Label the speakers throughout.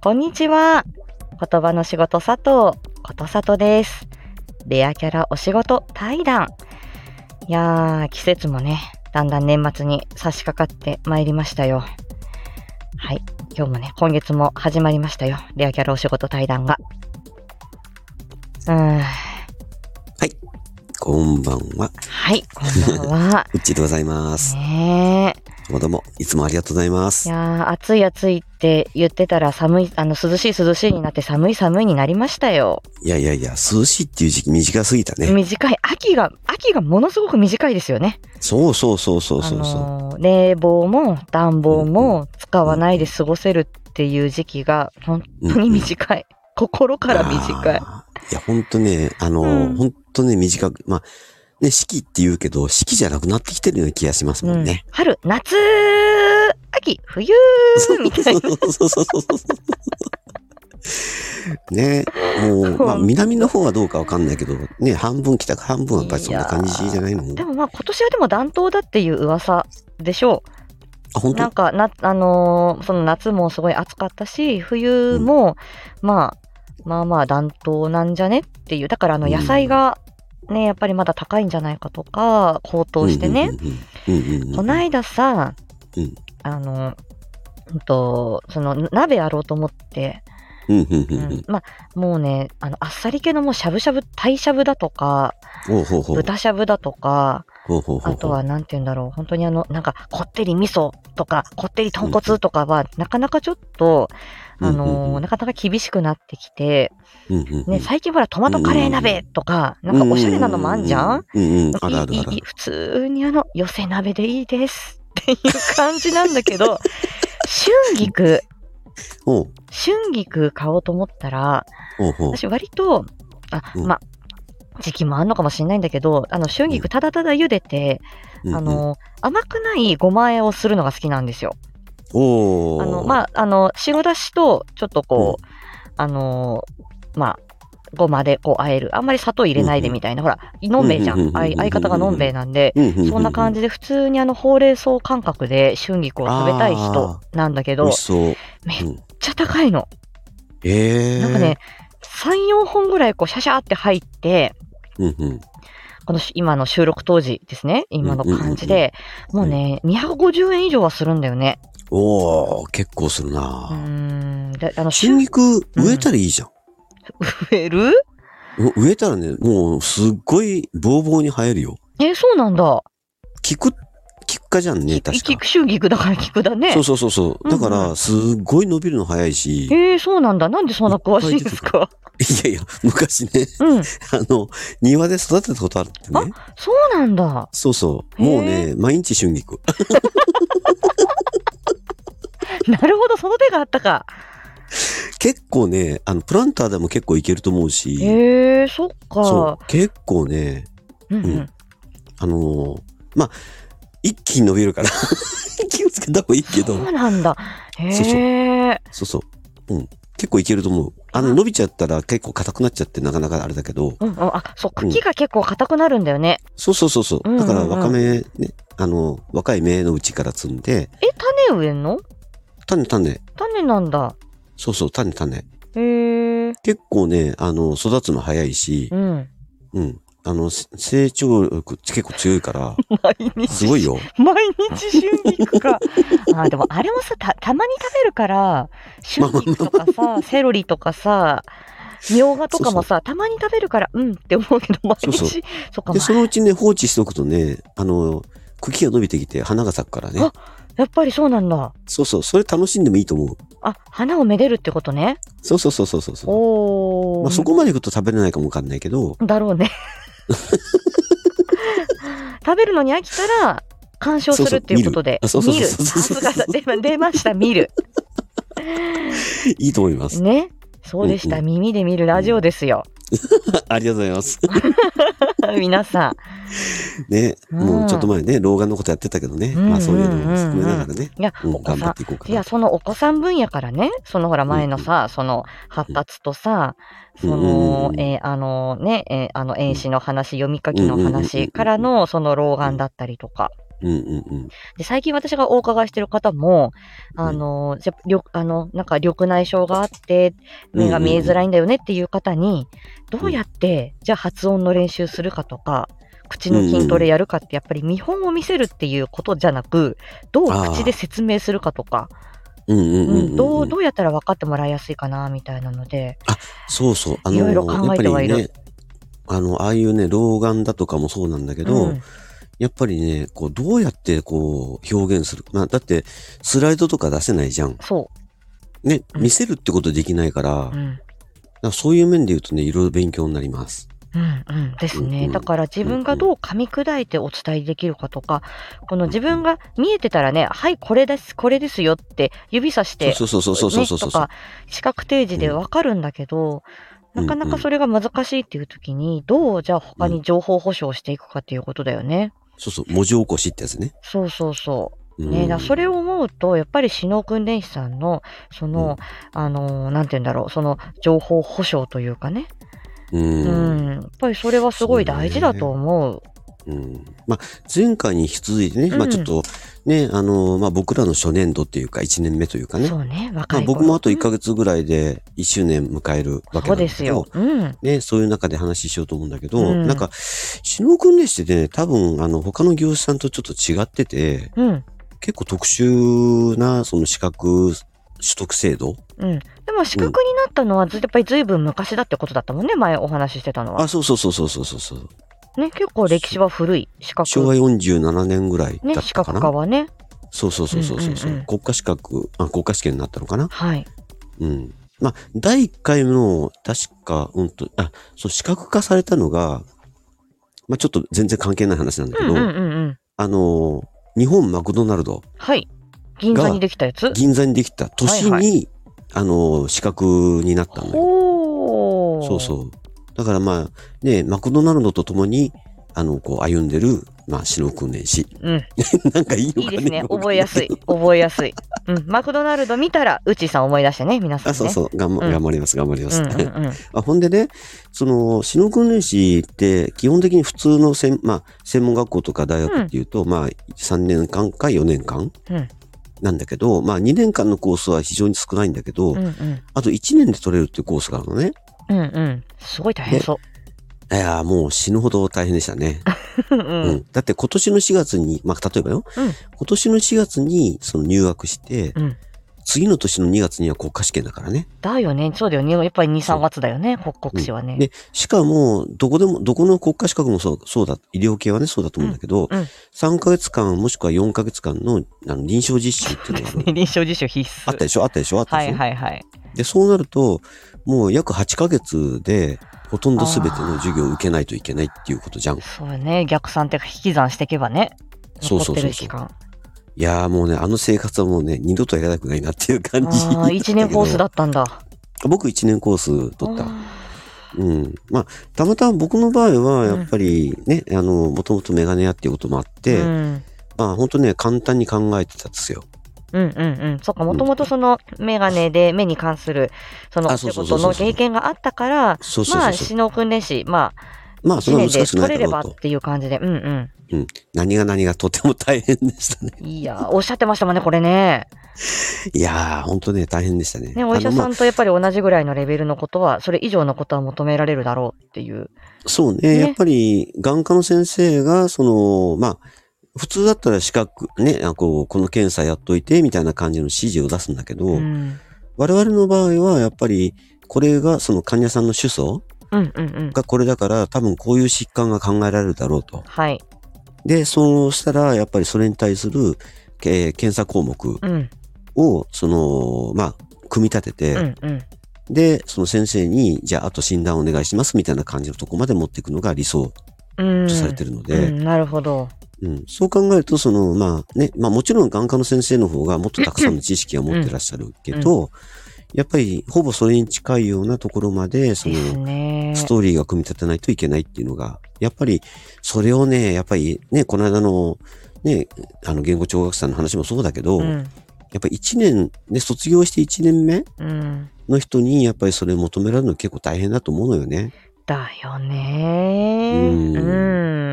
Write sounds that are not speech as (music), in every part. Speaker 1: こんにちは。言葉の仕事佐藤、ことさとです。レアキャラお仕事対談。いやー、季節もね、だんだん年末に差し掛かってまいりましたよ。はい。今日もね、今月も始まりましたよ。レアキャラお仕事対談が。うーん。
Speaker 2: こんばんは。
Speaker 1: はい、こんばんは。
Speaker 2: うっちーでございます。
Speaker 1: ねえ。
Speaker 2: どうもどうも、いつもありがとうございま
Speaker 1: い
Speaker 2: す。
Speaker 1: やー暑い暑いって言ってたら寒い、あの、涼しい涼しいになって寒い寒いになりましたよ。
Speaker 2: いやいやいや、涼しいっていう時期短すぎたね。
Speaker 1: 短い。秋が、秋がものすごく短いですよね。
Speaker 2: そうそうそうそうそう
Speaker 1: あ
Speaker 2: そ
Speaker 1: のー冷房も暖房
Speaker 2: うん
Speaker 1: も使わないで過ごせるっていう時期が本
Speaker 2: う。
Speaker 1: 当に
Speaker 2: うん
Speaker 1: 短い。心から短い。
Speaker 2: あーいや、ほんとね、あのー、
Speaker 1: うん
Speaker 2: ほんとね、短く、まあ、ね、四季って言うけど、四季じゃなくなってきてるような気がしますもんね。
Speaker 1: うん春、夏、秋、冬みたいな。
Speaker 2: そうそうそうそうそうそう。ね、もう、まあ、南の方はどうかわかんないけど、ね、半分北か半分はやっぱりそんな感じじゃないの
Speaker 1: でもまあ今年はでも暖冬だっていう噂でしょ
Speaker 2: あ、ほ
Speaker 1: う。
Speaker 2: ん
Speaker 1: なん
Speaker 2: と
Speaker 1: かな、あのーその夏もすごい暑かったし、冬も、まあ、まあまあ暖冬なんじゃねっていう。だからあの
Speaker 2: うん
Speaker 1: 野菜がね、やっぱりまだ高いんじゃないかとか、高騰してね。。
Speaker 2: うんうんうんうんうんうんうん
Speaker 1: こないださ、
Speaker 2: うん
Speaker 1: あの、うんと、その鍋やろうと思って、
Speaker 2: うんうんう
Speaker 1: うん
Speaker 2: んうん。
Speaker 1: まあもうねあのあっさり系のもうしゃぶしゃぶ鯛しゃぶだとか
Speaker 2: ほうほうほう。
Speaker 1: 豚しゃぶだとか
Speaker 2: ほうほうほうほう
Speaker 1: あとはなんて言うんだろう本当にあのなんかこってり味噌とかこってり豚骨とかはなかなかちょっと、あ
Speaker 2: うんうん
Speaker 1: の
Speaker 2: うん
Speaker 1: なかなか厳しくなってきて、
Speaker 2: うんうんうん
Speaker 1: ね、最近ほらトマトカレー鍋とか、
Speaker 2: う
Speaker 1: なんかおしゃれなのもあんじゃん、
Speaker 2: うんうんうんあるある
Speaker 1: いい
Speaker 2: ある
Speaker 1: いい普通にあの、寄せ鍋でいいですっていう感じなんだけ
Speaker 2: (laughs)
Speaker 1: ど、春菊、
Speaker 2: ほう
Speaker 1: 春菊買おうと思ったら、
Speaker 2: ほうほう
Speaker 1: 私割と、あ、
Speaker 2: うん
Speaker 1: ま、時期もあんのかもしれないんだけど、あの、春菊ただただ茹でて、
Speaker 2: うんうん
Speaker 1: あの、甘くないごま和えをするのが好きなんですよ。
Speaker 2: おー
Speaker 1: あの、まあ、あの、白だしと、ちょっとこう、あの、まあ、ごまでこう和える。あんまり砂糖入れないでみたいな。ほら、のんべいじゃ
Speaker 2: うんうんうんうん
Speaker 1: ん。
Speaker 2: うん
Speaker 1: あい相方がのんべいなんで、
Speaker 2: うんうんうんうん
Speaker 1: そんな感じで普通にあのほうれん草感覚で春菊を食べたい人なんだけ
Speaker 2: 美
Speaker 1: ど、め
Speaker 2: 味
Speaker 1: っ
Speaker 2: しそう
Speaker 1: ちゃ高いの。
Speaker 2: ええ
Speaker 1: なんかね、3、4本ぐらいこうシャシャーって入って、
Speaker 2: うんうん
Speaker 1: このし今の収録当時ですね、今の感じで、もうね、250円以上はするんだよね。
Speaker 2: おー結構する
Speaker 1: う
Speaker 2: な
Speaker 1: ーん。で、あの、
Speaker 2: 春
Speaker 1: 春
Speaker 2: 菊植えたらいいじゃん
Speaker 1: 植える
Speaker 2: う植えたらねもうすっごいボーボーに生えるよ
Speaker 1: え、そうなんだ。
Speaker 2: 菊菊花じゃんね確
Speaker 1: 菊
Speaker 2: か
Speaker 1: 春菊だから菊だね
Speaker 2: そう。そうそうそうだからすっごい伸びるの早いしい
Speaker 1: えー、そうなんだ。なんでそんな詳しいんですか。
Speaker 2: やいや昔ね
Speaker 1: うん。
Speaker 2: あの庭で育てたことあるってね
Speaker 1: そうなんだ。
Speaker 2: そうそう。
Speaker 1: へー
Speaker 2: もうね、毎日春菊。 (laughs)
Speaker 1: なるほど、その手があったか。
Speaker 2: 結構ね、あの、プランターでも結構いけると思うし、
Speaker 1: えー、そっか。
Speaker 2: そう。結構ね、
Speaker 1: うんうん
Speaker 2: うんあのーまあ、一気に伸びるから、 (laughs) 気をつけた方がいいけ
Speaker 1: そ、
Speaker 2: ど
Speaker 1: うなんだ。へ
Speaker 2: そうそう
Speaker 1: え。
Speaker 2: そうそう。うん。結構いけると思う。あの、伸びちゃったら結構硬くなっちゃってなかなかあれだけど、
Speaker 1: うんうん、あ、そう、茎が結構硬くなるんだよね。
Speaker 2: そうそうそうそう。
Speaker 1: うんうんう
Speaker 2: だ
Speaker 1: ん
Speaker 2: から若め、ね、あの、若い芽のうちから摘んで、
Speaker 1: え、種植えんの
Speaker 2: 種種、
Speaker 1: 種なんだ。
Speaker 2: そうそう、種種。
Speaker 1: へえ。
Speaker 2: 結構ね、あの、育つの早いし
Speaker 1: う、ん。
Speaker 2: うん。あの、せ成長力結構強
Speaker 1: (laughs)
Speaker 2: いから、
Speaker 1: 毎日。
Speaker 2: すごい。よ。
Speaker 1: 毎日春菊
Speaker 2: (laughs)
Speaker 1: か。あー、でもあれもさ、た、たまに食べるから、春菊とかさ、
Speaker 2: (laughs)
Speaker 1: セロリとかさ、みょうがとかもさ、たまに食べるから、うんって思うけど、毎日。
Speaker 2: そう
Speaker 1: そ
Speaker 2: そ
Speaker 1: っか、
Speaker 2: で、
Speaker 1: まあ
Speaker 2: そのうちね、放置しておくとね、あの、茎が伸びてきて花が咲くからね
Speaker 1: あ。やっぱりそうなんだ。
Speaker 2: そうそう、それ楽しんでもいいと思う。
Speaker 1: あ、花をめでるってことね。
Speaker 2: そうそうそうそうそうそう。
Speaker 1: おー。
Speaker 2: まあ、そこまでいくと食べれないかもわかんない
Speaker 1: (laughs)
Speaker 2: けど、
Speaker 1: だろう
Speaker 2: (laughs)
Speaker 1: ね。食べるのに飽きたら、鑑賞するっていうことで。
Speaker 2: そうそう
Speaker 1: 見
Speaker 2: 見
Speaker 1: る。
Speaker 2: る
Speaker 1: さ
Speaker 2: あそうそうそう
Speaker 1: すがだ。出ま出ました、見る。
Speaker 2: いいと思います。
Speaker 1: ね。そうでした。
Speaker 2: うん
Speaker 1: 耳で見るラジオですよ。
Speaker 2: (laughs) ありがとうござい
Speaker 1: (laughs)
Speaker 2: ます。
Speaker 1: 皆さ
Speaker 2: ね、
Speaker 1: うん
Speaker 2: もうちょっと前ね、老眼のことやってたけどね、
Speaker 1: うん
Speaker 2: まあそういうのも含めながらね、
Speaker 1: ん。いや、
Speaker 2: うん
Speaker 1: お子
Speaker 2: 頑張
Speaker 1: さ
Speaker 2: っていこうか
Speaker 1: ん。い
Speaker 2: な
Speaker 1: や、。そのお子さん分野からね、そのほら前のさ、その発達とさ、その、
Speaker 2: うん
Speaker 1: えーあのね、えーあの、遠視の話、読み書きの
Speaker 2: うんうんうんうんう
Speaker 1: 話
Speaker 2: ん
Speaker 1: からの、その老眼だったりとか。
Speaker 2: うんうんうん。
Speaker 1: で、最近私がお伺いしてる方も、
Speaker 2: うん
Speaker 1: あの、じゃ緑あの、なんか緑内障があって、目が見えづらいんだよねっていう方に、どうやって、じゃあ発音の練習するかとか、口の筋トレやるかって、やっぱり見本を見せるっていうことじゃなく、どう口で説明するかとか、
Speaker 2: うんうん
Speaker 1: う
Speaker 2: うん
Speaker 1: ん、どう、ど
Speaker 2: う
Speaker 1: うやったら分かってもらいやすいかな、みたいなので、
Speaker 2: そうそう。あの、
Speaker 1: いろい
Speaker 2: や
Speaker 1: ろ考
Speaker 2: っ
Speaker 1: え
Speaker 2: ぱ
Speaker 1: てはい
Speaker 2: り
Speaker 1: る
Speaker 2: ね、あの、ああいうね、老眼だとかもそうなんだけど、
Speaker 1: うん
Speaker 2: やっぱりね、こう、どうやってこう、表現する。まあ、だって、スライドとか出せないじゃん。
Speaker 1: そ
Speaker 2: ね、
Speaker 1: うん
Speaker 2: 見せるってことできないか
Speaker 1: う、
Speaker 2: ら、
Speaker 1: うん。
Speaker 2: だからそういう面で言うとね、いろいろ勉強になります。
Speaker 1: うんうんです
Speaker 2: うんう
Speaker 1: ね。
Speaker 2: ん
Speaker 1: だから自分がどう噛み砕いてお伝えできるかとか、この自分が見えてたらね、はい、これです、これですよって指さして、
Speaker 2: そうそうそうそうそう
Speaker 1: ね、
Speaker 2: そう
Speaker 1: と
Speaker 2: そうそう
Speaker 1: か、視覚提示でわかるんだけど、
Speaker 2: うん
Speaker 1: なかなかそれが難しいっていう時に、どうじゃあ他に情報保障していくかっていうことだよね。
Speaker 2: そうそう、文字起こしってやつね。
Speaker 1: そうそうそう。
Speaker 2: うん
Speaker 1: ね、だからそれを思うと、やっぱり首脳訓練士さんの、その、あのー、なんて言うんだろう、その情報保障というかね、
Speaker 2: うん
Speaker 1: うん、やっぱりそれはすごい大事だと思う。
Speaker 2: うんまあ、前回に引き続いてね、まあ、
Speaker 1: うん
Speaker 2: ちょっとね、あの、まあ、僕らの初年度っていうか、1年目というかね、
Speaker 1: そうね、
Speaker 2: ま
Speaker 1: 若
Speaker 2: あ、
Speaker 1: い頃
Speaker 2: 僕もあと1ヶ月ぐらいで1周年迎えるわけ
Speaker 1: そうんで
Speaker 2: なだけど、
Speaker 1: すよ。うん。
Speaker 2: ね、そういう中で話しようと思うんだけど、
Speaker 1: うん
Speaker 2: なんか、首脳訓練士ってね、多分、あの、他の業種さんとちょっと違ってて、
Speaker 1: うん。
Speaker 2: 結構特殊な、その資格取得制度
Speaker 1: うん。でも、資格になったのはず、やっぱり随分昔だってことだったもんね、前お話ししてたのは
Speaker 2: あ、。そうそうそうそうそうそうそう。
Speaker 1: ね、結構歴史は古い資格。
Speaker 2: 昭和47年ぐらい
Speaker 1: ね、
Speaker 2: だっ
Speaker 1: 資
Speaker 2: たか
Speaker 1: 格
Speaker 2: な。
Speaker 1: 化はね。
Speaker 2: そうそうそうそうそうそ
Speaker 1: う
Speaker 2: う、
Speaker 1: んうんうん
Speaker 2: 国家資格、あ、国家試験になったのかな。
Speaker 1: はい。
Speaker 2: うん。まあ、第1回の、確か、うんと、あ、そう、視覚化されたのが、まあ、ちょっと全然関係ない話なんだ
Speaker 1: う
Speaker 2: け
Speaker 1: ん
Speaker 2: ど、
Speaker 1: うんうんうん。
Speaker 2: あのー日本マクドナルド、
Speaker 1: はい。銀座にできたやつ
Speaker 2: 銀座にできた年に、
Speaker 1: はい
Speaker 2: あのー資格になったんだよ。
Speaker 1: おー。
Speaker 2: そうそう。だからまあ、ね、マクドナルドと共に、あの、こう、歩んでる、まあ、首脳訓練士。
Speaker 1: う。うん。
Speaker 2: (laughs) なんかいいのか
Speaker 1: い
Speaker 2: ね
Speaker 1: いですね。覚えやすい。。覚えやすい。うん。マクドナルド見たら、うちさん思い出してね、皆さん、ね。
Speaker 2: (laughs) あ、そうそう。頑張
Speaker 1: うん
Speaker 2: 頑張ります、頑張ります。
Speaker 1: うんうんうん。
Speaker 2: (laughs) あほんでね、その、首脳訓練士って、基本的に普通の専、まあ、専門学校とか大学っていうと、まあ、3年間か4年間
Speaker 1: うん
Speaker 2: なんだけど、まあ、2年間のコースは非常に少ないんだけど、
Speaker 1: うんうん。
Speaker 2: あと1年で取れるっていうコースがあるのね。
Speaker 1: うんうん。すごい大変そう。
Speaker 2: いやーもう死ぬほど大変でしたね。
Speaker 1: うん
Speaker 2: う
Speaker 1: うん。
Speaker 2: ん。だって今年の4月に、まあ、例えばよ、
Speaker 1: うん
Speaker 2: 今年の4月に、その入学して、
Speaker 1: うん。
Speaker 2: 次の年の2月には国家試験だからね。
Speaker 1: だよね。そうだよね。やっぱり2、3月だよね。国国士はね。
Speaker 2: で、しかも、どこでも、どこの国家資格もそう、そうだ、医療系はね、そうだと思うんだけど、
Speaker 1: うんうん
Speaker 2: 3ヶ月間もしくは4ヶ月間のあの臨床実習っていうの
Speaker 1: (laughs)
Speaker 2: がある
Speaker 1: 臨床実習必須。
Speaker 2: あったでしょあったでしょあった
Speaker 1: は
Speaker 2: でしょ、
Speaker 1: いはいはい。
Speaker 2: で、そうなると、もう約8ヶ月で、ほとんど全ての授業を受けないといけないっていうことじゃん。い
Speaker 1: そうね。逆算っていうか引き算していけばね。
Speaker 2: そう
Speaker 1: 残
Speaker 2: そ
Speaker 1: っ
Speaker 2: うそうそう
Speaker 1: てる期間。
Speaker 2: やーもうね、あの生活はもうね、二度とやりたくないなっていう感じ。
Speaker 1: ああ、1年コースだったんだ。
Speaker 2: 僕1年コース取った。
Speaker 1: あ
Speaker 2: うん。まあ、たまたま僕の場合は、やっぱりね、あの、もともとメガネ屋っていうこともあっ
Speaker 1: ー
Speaker 2: て、
Speaker 1: うん
Speaker 2: まあ、本当ね、簡単に考えてたんですよ。
Speaker 1: うんうんうん。そっか、もともとそのメガネで目に関する、その
Speaker 2: あ
Speaker 1: お
Speaker 2: そう
Speaker 1: 仕
Speaker 2: そうそ
Speaker 1: 事
Speaker 2: うそう
Speaker 1: の経験があったから、
Speaker 2: そうそう
Speaker 1: ま
Speaker 2: そ
Speaker 1: あ、
Speaker 2: うそう。
Speaker 1: 死の訓練士、ま
Speaker 2: まあ、
Speaker 1: あ、
Speaker 2: そ
Speaker 1: 1
Speaker 2: んな
Speaker 1: 年
Speaker 2: 難
Speaker 1: で
Speaker 2: しくな
Speaker 1: 取
Speaker 2: い
Speaker 1: れ
Speaker 2: だ
Speaker 1: れ
Speaker 2: ろ
Speaker 1: ば
Speaker 2: う
Speaker 1: っ
Speaker 2: と。
Speaker 1: ていう感じで。うんう
Speaker 2: うん。何が何がとても大変でしたね。
Speaker 1: ん。いやー、おっしゃってましたもんね、これね。
Speaker 2: いやー、本当ね、大変でしたね。
Speaker 1: ね、お医者
Speaker 2: あの
Speaker 1: さ
Speaker 2: まあ
Speaker 1: んとやっぱり同じぐらいのレベルのことは、それ以上のことは求められるだろうっていう。
Speaker 2: そうね
Speaker 1: ね
Speaker 2: やっぱり、眼科の先生が、その、まあ、普通だったら資格、ね、あこう、この検査やっといて、みたいな感じの指示を出すんだけど、
Speaker 1: うん。
Speaker 2: 我々の場合は、やっぱり、これが、その患者さんの主訴
Speaker 1: うんうんうん。
Speaker 2: がこれだから、多分こういう疾患が考えられるだろうと。
Speaker 1: はい。
Speaker 2: で、そうしたら、やっぱりそれに対する、えー検査項目
Speaker 1: うん。
Speaker 2: を、その、まあ、組み立てて、
Speaker 1: うんうん。
Speaker 2: で、その先生に、じゃあ、あと診断お願いします、みたいな感じのとこまで持っていくのが理想
Speaker 1: うん。
Speaker 2: とされてるので、
Speaker 1: うん、なるほど。
Speaker 2: うんそう考えると、その、まあね、まあもちろん眼科の先生の方がもっとたくさんの知識は持ってらっしゃるけど、やっぱり、ほぼそれに近いようなところまで、そ
Speaker 1: です
Speaker 2: の、
Speaker 1: ね。
Speaker 2: ストーリーが組み立てないといけないっていうのが、やっぱり、それをね、やっぱり、ね、この間の、ね、あの、言語聴覚士さんの話もそうだけど、
Speaker 1: う
Speaker 2: や
Speaker 1: ん。
Speaker 2: っぱり1年、ね、卒業して1年目
Speaker 1: うん。
Speaker 2: の人に、やっぱりそれ求められるの結構大変だと思うのよね。
Speaker 1: だよね。
Speaker 2: う
Speaker 1: う
Speaker 2: ん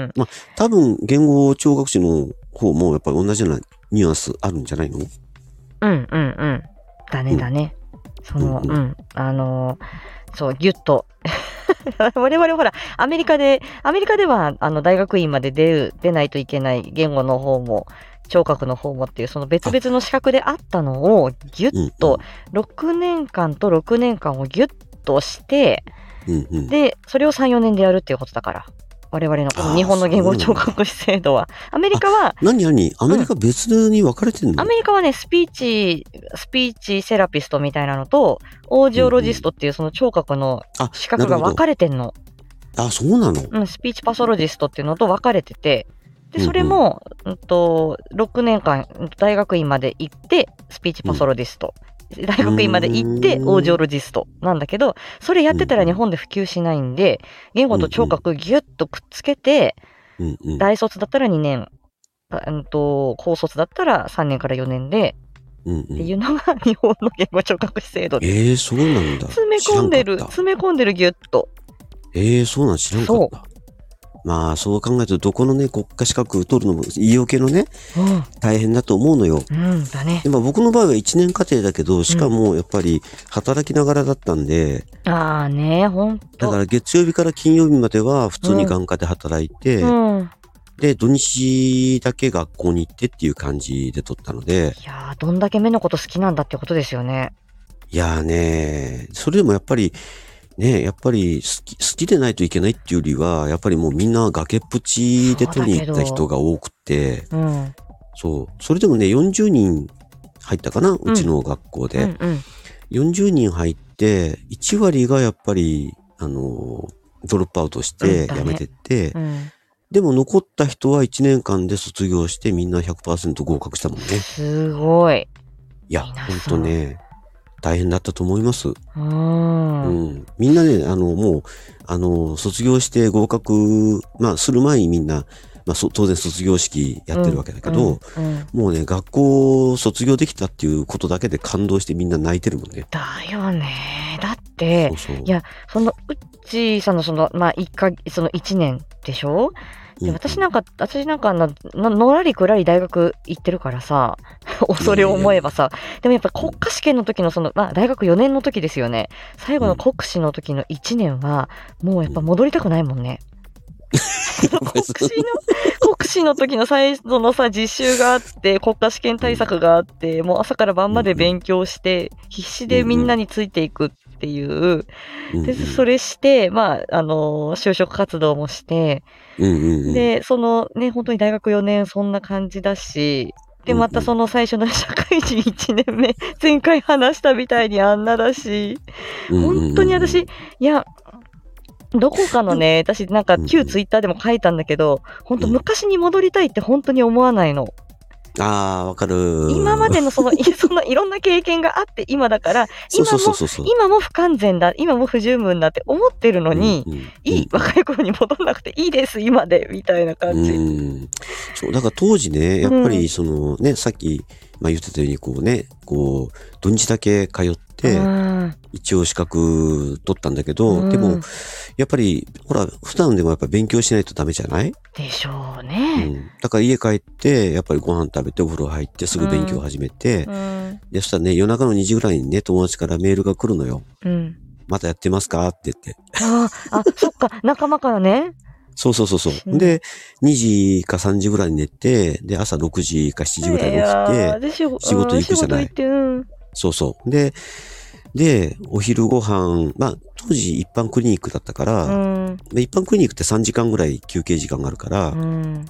Speaker 1: ん。
Speaker 2: 多分、言語聴覚士の方もやっぱり同じようなニュアンスあるんじゃないの
Speaker 1: うんうんうん。だねだね。その、
Speaker 2: う
Speaker 1: うんん、
Speaker 2: う
Speaker 1: あのーそう、ぎゅっと。 (laughs) 我々ほら、アメリカで、アメリカでは、あの、大学院まで出る、出ないといけない言語の方も、聴覚の方もっていう、その別々の資格であったのを、ぎゅっ
Speaker 2: うんうん
Speaker 1: と、6年間と6年間をぎゅっとして、
Speaker 2: うんうん。
Speaker 1: で、それを3、4年でやるっていうことだから。我々のこ
Speaker 2: あー
Speaker 1: の日本の言語
Speaker 2: そう
Speaker 1: 聴
Speaker 2: なんだ
Speaker 1: 覚制度は。アメリカは、
Speaker 2: 何何アメリカ別に分かれてんの、
Speaker 1: アメリカはね、スピーチ、スピーチセラピストみたいなのと、オージオロジストっていうその聴覚の
Speaker 2: あ、
Speaker 1: 資格が分かれてんの。
Speaker 2: あ、そうなの
Speaker 1: うん、スピーチパソロジストっていうのと分かれてて、で、
Speaker 2: うんうん
Speaker 1: それも、うんと、6年間、うんと大学院まで行って、スピーチパソロジスト。大学院まで行って、
Speaker 2: うーん
Speaker 1: オージオロジストなんだけど、それやってた
Speaker 2: う
Speaker 1: ら
Speaker 2: ん
Speaker 1: 日
Speaker 2: うん
Speaker 1: 本で普及しないんで、言語と聴覚ギュッとくっつけて、
Speaker 2: うんうん。
Speaker 1: 大卒だったら2年、あうんと、高卒だったら3年から4年で、
Speaker 2: うん
Speaker 1: っ
Speaker 2: う
Speaker 1: て
Speaker 2: ん、
Speaker 1: いうのが日本の言語聴覚制度で
Speaker 2: ええそうなんだ。
Speaker 1: 詰め込んでる
Speaker 2: 知らかった
Speaker 1: 詰め込んでるギュッと
Speaker 2: ええそうなん知らんかった。まあ、そう考えると、どこのね、国家資格取るのも、医療系のね、
Speaker 1: う
Speaker 2: 大変だと思うの
Speaker 1: ん、
Speaker 2: よ。
Speaker 1: うん、だね
Speaker 2: でも僕の場合は1年課程だけど、しかもやっぱり働きながらだったんで、
Speaker 1: ああねほん
Speaker 2: だ
Speaker 1: と
Speaker 2: から月曜日から金曜日までは普通に眼科で働いて、
Speaker 1: うん、い
Speaker 2: で、土日だけ学校に行ってっていう感じで取ったので、
Speaker 1: やーどんだけ目のこと好きなんだってことですよね
Speaker 2: いやーねそれでもやっぱり、ねやっぱり好き、好きでないといけないっていうよりは、やっぱりもうみんな崖っぷちで取りに行った人が多くて、
Speaker 1: うんうん
Speaker 2: そう。それでもね、40人入ったかな、うちの学校
Speaker 1: う
Speaker 2: で。
Speaker 1: ん
Speaker 2: 40人入って、1割がやっぱり、あのー、ドロップアウトして
Speaker 1: うんだね
Speaker 2: 辞めてって、
Speaker 1: うん
Speaker 2: でも残った人は1年間で卒業してみんな100%合格したもんね。
Speaker 1: すごい
Speaker 2: いや、
Speaker 1: 皆
Speaker 2: ほん
Speaker 1: さん
Speaker 2: とね、大変だったと思います。
Speaker 1: う、
Speaker 2: うんん。みんなね、あの、もう、あの、卒業して合格、まあ、する前にみんな、まあ、そ当然卒業式やってるわけだけど、
Speaker 1: うんうん
Speaker 2: もうね、学校を卒業できたっていうことだけで感動してみんな泣いてるもんね。
Speaker 1: だよねだって
Speaker 2: そうそう。
Speaker 1: いやそのうっちーさんのそのまあ一かその一年でしょ
Speaker 2: う
Speaker 1: で
Speaker 2: ん
Speaker 1: 私なんか、私なんかな、なのらりくらり大学行ってるからさ、 (laughs) 恐れを思えばさ、でもやっぱ国家試験の時のその、まあ大学4年の時ですよね、最後の国試の時の1年は、もうやっぱ戻りたくないもんね。国試の、国試の時の最初のさ、実習があって、国家試験対策があって、もう朝から晩まで勉強して、必死でみんなについていくっていう、
Speaker 2: うんうん
Speaker 1: で、それして、まあ、あの就職活動もして、
Speaker 2: うんうんうん、
Speaker 1: で、そのね、本当に大学4年そんな感じだし、で、
Speaker 2: うんうん
Speaker 1: またその最初の社会人1年目、 (laughs) 前回話したみたいにあんなだし、
Speaker 2: うんうんうん
Speaker 1: 本当に私、いや、どこかのね、私なんか
Speaker 2: うんうん
Speaker 1: 旧ツイッターでも書いたんだけど、本当昔に戻りたいって本当に思わないの。
Speaker 2: ああ、わかる。
Speaker 1: 今までのその、いそのいろんな経験があって今だから、
Speaker 2: そうそうそうそう。
Speaker 1: 今も不完全だ、今も不十分だって思ってるのに、
Speaker 2: うんうんうん
Speaker 1: いい、若い頃に戻んなくていいです、今で、みたいな感じ。
Speaker 2: うん。そう、だから当時ね、やっぱ
Speaker 1: う
Speaker 2: り
Speaker 1: ん
Speaker 2: そのね、さっき、まあ、言ってたようにこうね、こう、土日だけ通って、
Speaker 1: うん
Speaker 2: 一応資格取ったんだけど、
Speaker 1: うん
Speaker 2: でも、やっぱり、ほら、普段でもやっぱ勉強しないとダメじゃない、
Speaker 1: でしょう
Speaker 2: う
Speaker 1: ね。
Speaker 2: ん、だから家帰って、やっぱりご飯食べてお風呂入って、すぐ勉強始めて、
Speaker 1: うん。
Speaker 2: で、そしたらね、夜中の2時ぐらいにね、友達からメールが来るのよ。
Speaker 1: うん。
Speaker 2: またやってますかって言って。
Speaker 1: ああ、 (laughs) あ、そっか、仲間からね。
Speaker 2: そうそうそうそうう。
Speaker 1: ん
Speaker 2: で、2時か3時ぐらいに寝て、で、朝6時か7時ぐらいに
Speaker 1: やー
Speaker 2: 起きて、
Speaker 1: で仕事
Speaker 2: 仕事行くじゃない
Speaker 1: うん仕事行って、うん。
Speaker 2: そうそう。で、で、お昼ご飯、まあ、当時一般クリニックだったから、
Speaker 1: うん。
Speaker 2: で一般クリニックって3時間ぐらい休憩時間があるから、
Speaker 1: うん。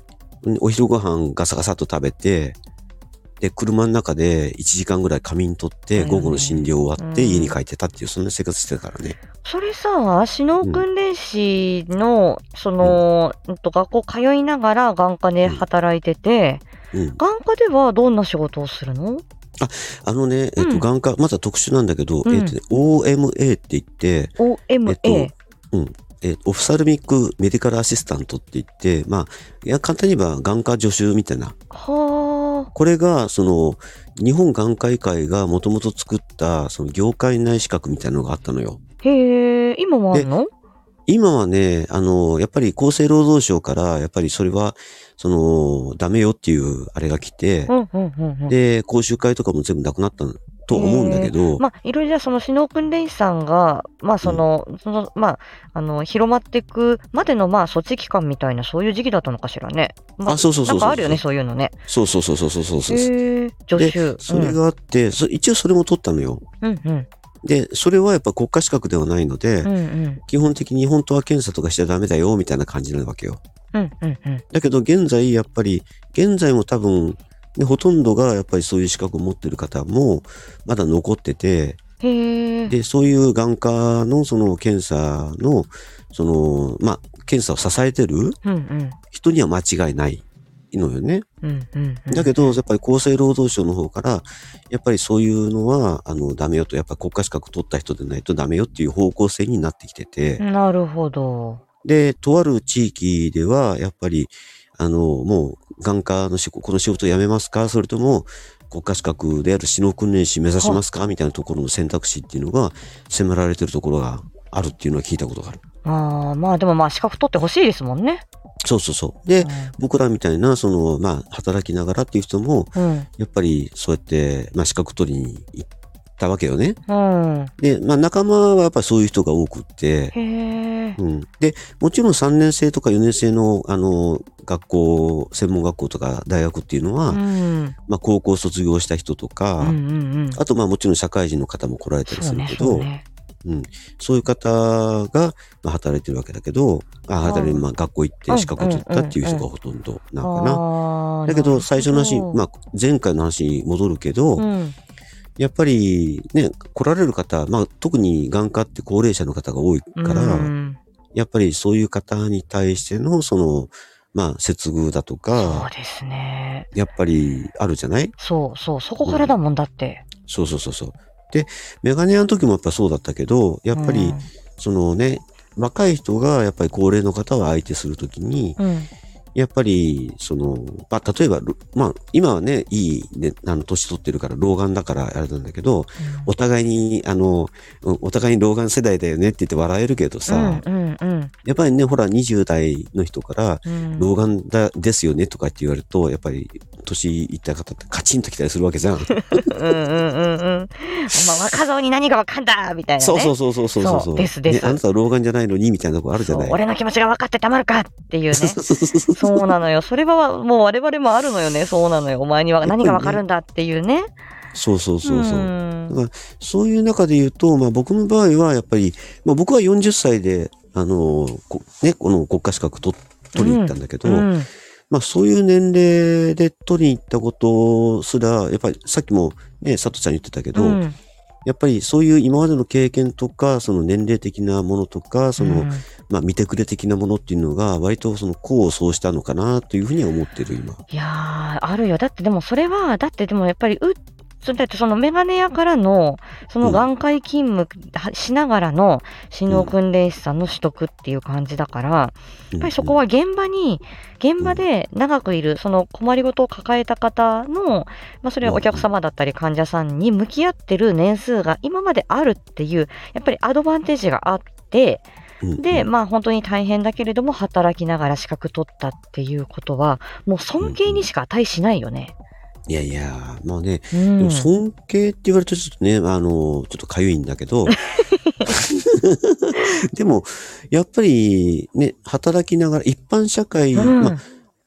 Speaker 2: お昼ご飯ガサガサっと食べて、で、車の中で1時間ぐらい仮眠取って、
Speaker 1: うん
Speaker 2: 午後の診療終わって
Speaker 1: うん
Speaker 2: 家に帰ってたっていう、そんな生活してたからね。
Speaker 1: それさ、首脳訓練士の、その、うんと、学校通いながら眼科で働いてて、
Speaker 2: うん。
Speaker 1: 眼科ではどんな仕事をするの
Speaker 2: あのね、えっ
Speaker 1: う
Speaker 2: と、
Speaker 1: ん
Speaker 2: 眼科、まだ特殊なんだけど、
Speaker 1: うん
Speaker 2: えっとね、OMA って言って、えっ
Speaker 1: ?OMA。
Speaker 2: と、うん。えっとオフサルミックメディカルアシスタントって言って、まあ、いや簡単に言えば眼科助手みたいな。
Speaker 1: は
Speaker 2: これが、その、日本眼科医会がもともと作った、その業界内資格みたいなのがあったのよ。
Speaker 1: あ。へえ、今もあるの
Speaker 2: 今はね、あの、やっぱり厚生労働省から、やっぱりそれは、その、ダメよっていうあれが来て、
Speaker 1: うんうんうんうん。
Speaker 2: で、講習会とかも全部なくなったと思うんだけど、
Speaker 1: まあ、いろいろじゃあその首脳訓練士さんが、まあその、その、まあ、あの、広まっていくまでの、まあ、措置期間みたいな、そういう時期だったのかしらね。ま
Speaker 2: あ、そうそう
Speaker 1: な
Speaker 2: そ
Speaker 1: ん
Speaker 2: うそう。
Speaker 1: かあるよね、そういうのね。
Speaker 2: そうそうそうそうそうそうそう。
Speaker 1: へえ、助手。
Speaker 2: それがあって、そ一応それも取ったのよ。
Speaker 1: うん、うんうん、
Speaker 2: で、それはやっぱ国家資格ではないので、
Speaker 1: うんうん、
Speaker 2: 基本的に本当は検査とかしちゃダメだよ、みたいな感じなわけよ。
Speaker 1: うんうんうん。
Speaker 2: だけど現在、やっぱり、現在も多分、ね、ほとんどがやっぱりそういう資格を持ってる方もまだ残ってて、
Speaker 1: へえ。
Speaker 2: で、そういう眼科のその検査の、その、まあ、検査を支えてる
Speaker 1: うんうん。
Speaker 2: 人には間違いないのよね。
Speaker 1: うんうんうん。
Speaker 2: だけど、やっぱり厚生労働省の方から、やっぱりそういうのは、あの、ダメよと、やっぱり国家資格取った人でないとダメよっていう方向性になってきてて、
Speaker 1: なるほど。
Speaker 2: で、とある地域では、やっぱり、あの、もう、眼科の仕事、この仕事辞めますかそれとも、国家資格である首脳訓練士目指しますかみたいなところの選択肢っていうのが迫られてるところがあるっていうのは聞いたことがある。
Speaker 1: ああ、まあでもまあ資格取ってほしいですもんね。
Speaker 2: そうそうそう。で、
Speaker 1: う
Speaker 2: 僕らみたいな、その、まあ、働きながらっていう人も、
Speaker 1: ん。
Speaker 2: やっぱりそうやって、まあ、資格取りに行ったわけよね。
Speaker 1: うん。
Speaker 2: で、まあ、仲間はやっぱりそういう人が多くっ
Speaker 1: へ
Speaker 2: て、
Speaker 1: え。
Speaker 2: うん、で、もちろん3年生とか4年生の、あの、学校、専門学校とか大学っていうのは、
Speaker 1: うん。
Speaker 2: まあ、高校卒業した人とか、
Speaker 1: うんうんうん。
Speaker 2: あと、まあ、もちろん社会人の方も来られたり
Speaker 1: そ
Speaker 2: す
Speaker 1: う
Speaker 2: る
Speaker 1: ね
Speaker 2: け、ど、
Speaker 1: そ
Speaker 2: そうう
Speaker 1: ね。
Speaker 2: ん、そういう方が、まあ、働いてるわけだけど、あ働いて、まあ、学校行っ
Speaker 1: うん
Speaker 2: て資格を取ったっていう人がほとんどなのかな。
Speaker 1: ああ
Speaker 2: だけど、最初の話、
Speaker 1: あ
Speaker 2: まあ、前回の話に戻るけど、
Speaker 1: うん、
Speaker 2: やっぱりね、来られる方、まあ、特に眼科って高齢者の方が多いから、
Speaker 1: うん
Speaker 2: やっぱりそういう方に対しての、その、まあ、接遇だ
Speaker 1: そ
Speaker 2: と
Speaker 1: う
Speaker 2: か、
Speaker 1: ですね。
Speaker 2: やっぱりあるじゃない
Speaker 1: そうそう、そこからだもんだって。
Speaker 2: そうそうそうそう。で、メガネ屋の時もやっぱそうだったけど、やっぱり、そのね、若い人がやっぱり高齢の方を相手するときに、
Speaker 1: うん、うん、
Speaker 2: やっぱり、その、まあ、例えば、ろまあ、今はね、いい、ね、あの、年取ってるから、老眼だから、あれなんだけど、お互いに、あの、うんお互いに老眼世代だよねって言って笑えるけどさ、
Speaker 1: うん、うん、
Speaker 2: やっぱりね、ほら、20代の人から、
Speaker 1: うん。
Speaker 2: 老眼だですよねとかって言われると、やっぱり、年いった方ってカチンときたりするわけじゃん。
Speaker 1: うんうんうんうん。お前若造に何がわかんだみたいな、ね。
Speaker 2: そうそうそうそうそうそう。
Speaker 1: そうですです
Speaker 2: ねあなたは老眼じゃないのに、みたいなとこあるじゃ
Speaker 1: そう
Speaker 2: ない。
Speaker 1: 俺の気持ちが分かってたまるかっていうね。
Speaker 2: そうそうそうそう
Speaker 1: そうなのよ。それはもう我々もあるのよね。そうなのよ。お前には何がわかるんだっていうね。
Speaker 2: そうそうそうそう。
Speaker 1: ん
Speaker 2: そういう中で言うと、まあ僕の場合はやっぱり、まあ僕は40歳で、あの、こね、この国家資格取取りに行ったんだけど、
Speaker 1: うん
Speaker 2: まあそういう年齢で取りに行ったことすら、やっぱりさっきもね、佐藤ちゃん言ってたけど、
Speaker 1: うん
Speaker 2: やっぱりそういう今までの経験とか、その年齢的なものとか、その、
Speaker 1: うん
Speaker 2: まあ見てくれ的なものっていうのが、割とその功を奏したのかなというふうには思ってる今。
Speaker 1: いやー、あるよ。だってでもそれは、だってでもやっぱり、うそだってそのメガネ屋からの、その
Speaker 2: うん
Speaker 1: 眼科医勤務はしながらの、首脳訓練士さんの取得っていう感じだから、
Speaker 2: や
Speaker 1: やっぱりそこは現場に、現場で長くいる、その困りごとを抱えた方の、まあ、それはお客様だったり患者さんに向き合ってる年数が今まであるっていう、やっぱりアドバンテージがあって、で、まあ本当に大変だけれども、働きながら資格取ったっていうことは、もう尊敬にしか値しないよね。
Speaker 2: いやいや、まあね、
Speaker 1: う
Speaker 2: で
Speaker 1: ん
Speaker 2: も。尊敬って言われるとちょっとね、あの、ちょっとかゆいんだけ
Speaker 1: (laughs)
Speaker 2: ど。でも、やっぱりね、働きながら、一般社会、
Speaker 1: うん
Speaker 2: まあ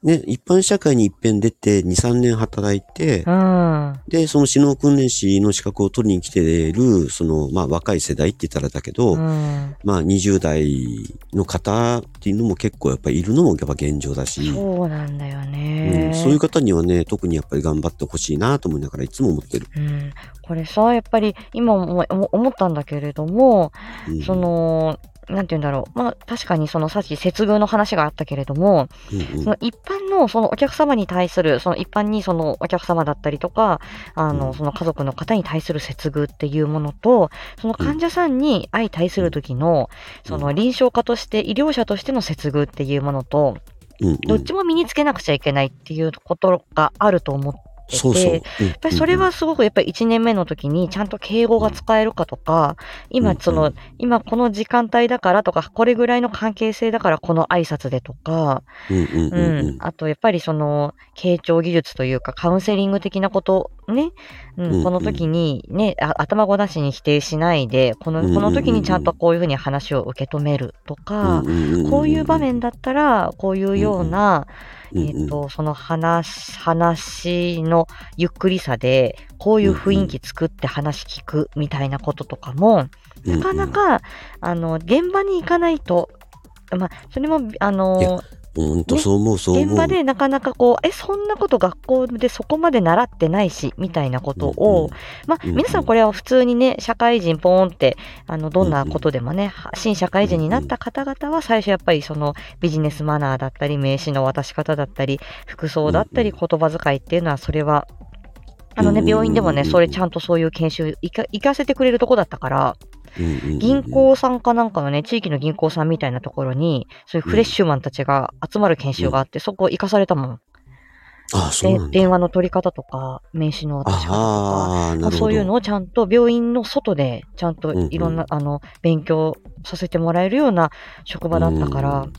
Speaker 2: ね、一般社会に一遍出て、2、3年働いて
Speaker 1: う、ん。
Speaker 2: で、その首脳訓練士の資格を取りに来ている、その、まあ若い世代って言ったらだけど、
Speaker 1: うん
Speaker 2: まあ20代の方っていうのも結構やっぱりいるのもやっぱ現状だし、
Speaker 1: そうなんだよ
Speaker 2: う
Speaker 1: ね
Speaker 2: ん。そういう方にはね、特にやっぱり頑張ってほしいなと思いながらいつも思ってる。
Speaker 1: うんこれさ、やっぱり今も思思ったんだけれども、
Speaker 2: うん
Speaker 1: そ、の、なんて言うんだろう。まあ確かにそのさっき接遇の話があったけれども、
Speaker 2: うんうん
Speaker 1: その一般のそのお客様に対する、その一般にそのお客様だったりとか、あ
Speaker 2: う
Speaker 1: の、
Speaker 2: ん
Speaker 1: その家族の方に対する接遇っていうものと、その患者さんに相対する時の、その臨床家として医療者としての接遇っていうものと、
Speaker 2: うんうん
Speaker 1: どっちも身につけなくちゃいけないっていうことがあると思って、てて、
Speaker 2: そうそう。やっ
Speaker 1: やっぱりそれはすごくやっぱり1年目の時にちゃんと敬語が使えるかとか、
Speaker 2: う
Speaker 1: 今
Speaker 2: ん
Speaker 1: そうの
Speaker 2: ん、
Speaker 1: 今この時間帯だからとか、これぐらいの関係性だからこの挨拶でとか、
Speaker 2: うんうんうん
Speaker 1: う
Speaker 2: うん
Speaker 1: ん、あとやっぱりその、傾聴技術というかカウンセリング的なことね、
Speaker 2: うんう
Speaker 1: うんん、この時にね、あ頭ごなしに否定しないで、こ
Speaker 2: うんうんう
Speaker 1: の、
Speaker 2: ん
Speaker 1: この時にちゃんとこういうふうに話を受け止めるとか、
Speaker 2: うん。
Speaker 1: こういう場面
Speaker 2: だ。
Speaker 1: だったら、こういうような、
Speaker 2: うんうん
Speaker 1: えっ、と、その話、話のゆっくりさで、こういう雰囲気作って話聞くみたいなこととかも、なかなか、あの、現場に行かないと、まあ、それも、あ
Speaker 2: いや
Speaker 1: の、
Speaker 2: うんうん。ほんとそう思う、そう思う。
Speaker 1: 現場でなかなかこう、え、そんなこと学校でそこまで習ってないし、みたいなことを、まあ、
Speaker 2: うんうん
Speaker 1: 皆さんこれは普通にね、社会人ポーンって、あの、どんなことでもね、は新社会人になった方々は最初やっぱりそのビジネスマナーだったり、名刺の渡し方だったり、服装だったり、
Speaker 2: うん
Speaker 1: 言葉遣いっていうのはそれは、あのね
Speaker 2: う、ん
Speaker 1: 病院でも
Speaker 2: う
Speaker 1: ね、
Speaker 2: ん
Speaker 1: それちゃんとそういう研修行か行かせてくれるとこだったから、
Speaker 2: うんうんうん
Speaker 1: 銀行さんかなんかのね、地域の銀行さんみたいなところに、そういうフレッシュマンたちが集まる研修があって、そこ行かされたもん。
Speaker 2: あ、そう
Speaker 1: で
Speaker 2: なんだ。
Speaker 1: 電話の取り方とか、名刺の渡し方とか。
Speaker 2: ああ、
Speaker 1: ま
Speaker 2: な
Speaker 1: あ、
Speaker 2: る
Speaker 1: そ
Speaker 2: ほ
Speaker 1: ういうの
Speaker 2: ど。
Speaker 1: をちゃんと病院の外でちゃんといろんな、あの勉強させてもらえるような職場だったから、
Speaker 2: うん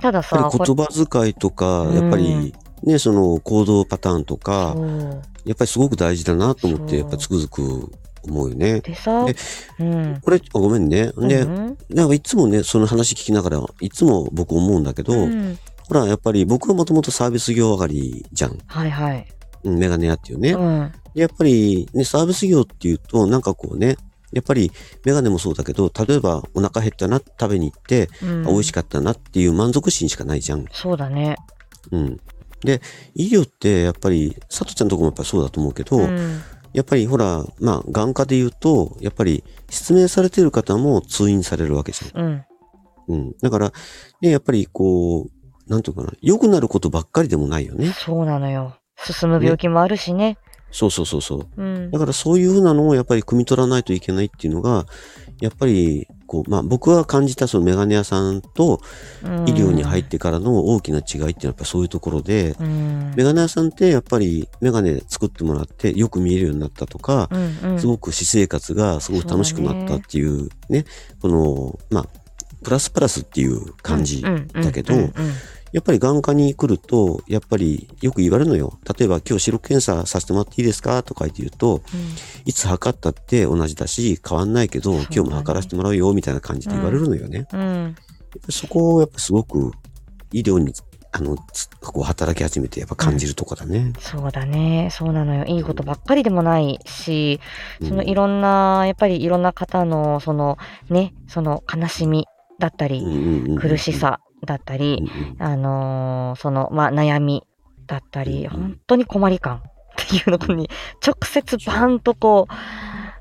Speaker 1: ただ
Speaker 2: や
Speaker 1: さ
Speaker 2: っぱり言葉遣いとか、やっぱり、ね、その行動パターンとか、
Speaker 1: そう
Speaker 2: やっぱりすごく大事だなと思っ
Speaker 1: そ
Speaker 2: て、
Speaker 1: う
Speaker 2: やっぱつくづく思うよね。
Speaker 1: でさ
Speaker 2: で
Speaker 1: うん
Speaker 2: これ、あごめんね。で
Speaker 1: う、ん
Speaker 2: なんかいつもね、その話聞きながら、いつも僕思うんだけど、
Speaker 1: うん、
Speaker 2: ほら、やっぱり僕はもともとサービス業上がりじゃん。
Speaker 1: はいはい、
Speaker 2: うんメガネ屋っていうね。
Speaker 1: うん、
Speaker 2: でやっぱりね、サービス業っていうと、なんかこうね、やっぱりメガネもそうだけど、例えばお腹減ったな、食べに行って、
Speaker 1: うん、
Speaker 2: あ美味しかったなっていう満足心しかないじゃん。
Speaker 1: そうだね
Speaker 2: うん。で、医療ってやっぱり、佐藤ちゃんのとこもやっぱそうだと思うけど、
Speaker 1: ん、
Speaker 2: やっぱりほら、まあ、眼科で言うと、やっぱり失明されてる方も通院されるわけじゃん。
Speaker 1: うん、
Speaker 2: うん。だから、ね、やっぱりこう、なんていうかな、良くなることばっかりでもないよね。
Speaker 1: そうなのよ進む病気もあるしね
Speaker 2: そうそうそうそう。
Speaker 1: うん
Speaker 2: だからそういうふうなのをやっぱり汲み取らないといけないっていうのが、やっぱり、こう、まあ僕は感じたそのメガネ屋さんと医療に入っ、てからの大きな違いっていうのはやっぱそういうところで、
Speaker 1: うん
Speaker 2: メガネ屋さんってやっぱりメガネ作ってもらってよく見えるようになったとか、
Speaker 1: うんうん、
Speaker 2: すごく私生活がすごく楽しくなったっていうね、この、まあ、プラスプラスっていう感じ
Speaker 1: うんうん
Speaker 2: だけど
Speaker 1: うんうん
Speaker 2: やっぱり眼科に来ると、やっぱりよく言われるのよ。例えば今日視力検査させてもらっていいですかとか言って言うと、いつ測ったって同じだし、変わんないけど、
Speaker 1: そうだ
Speaker 2: 今
Speaker 1: ね
Speaker 2: 日も測らせてもらうよみたいな感じで言われるのよね。やっぱ
Speaker 1: うんうん
Speaker 2: りそこをやっぱすごく医療に、あの、つこう働き始めてやっぱ感じるとこだね。
Speaker 1: そうだね。そうなのよ。いいことばっかりでもないし、
Speaker 2: うん
Speaker 1: そのいろんな、やっぱりいろんな方の、そのね、その悲しみだったり、苦し。さだった
Speaker 2: う
Speaker 1: り
Speaker 2: ん、うん
Speaker 1: あのーその、まあ、悩みだったり、
Speaker 2: うんうん
Speaker 1: 本当に困り感 (laughs) っていうのに直接バンとこう、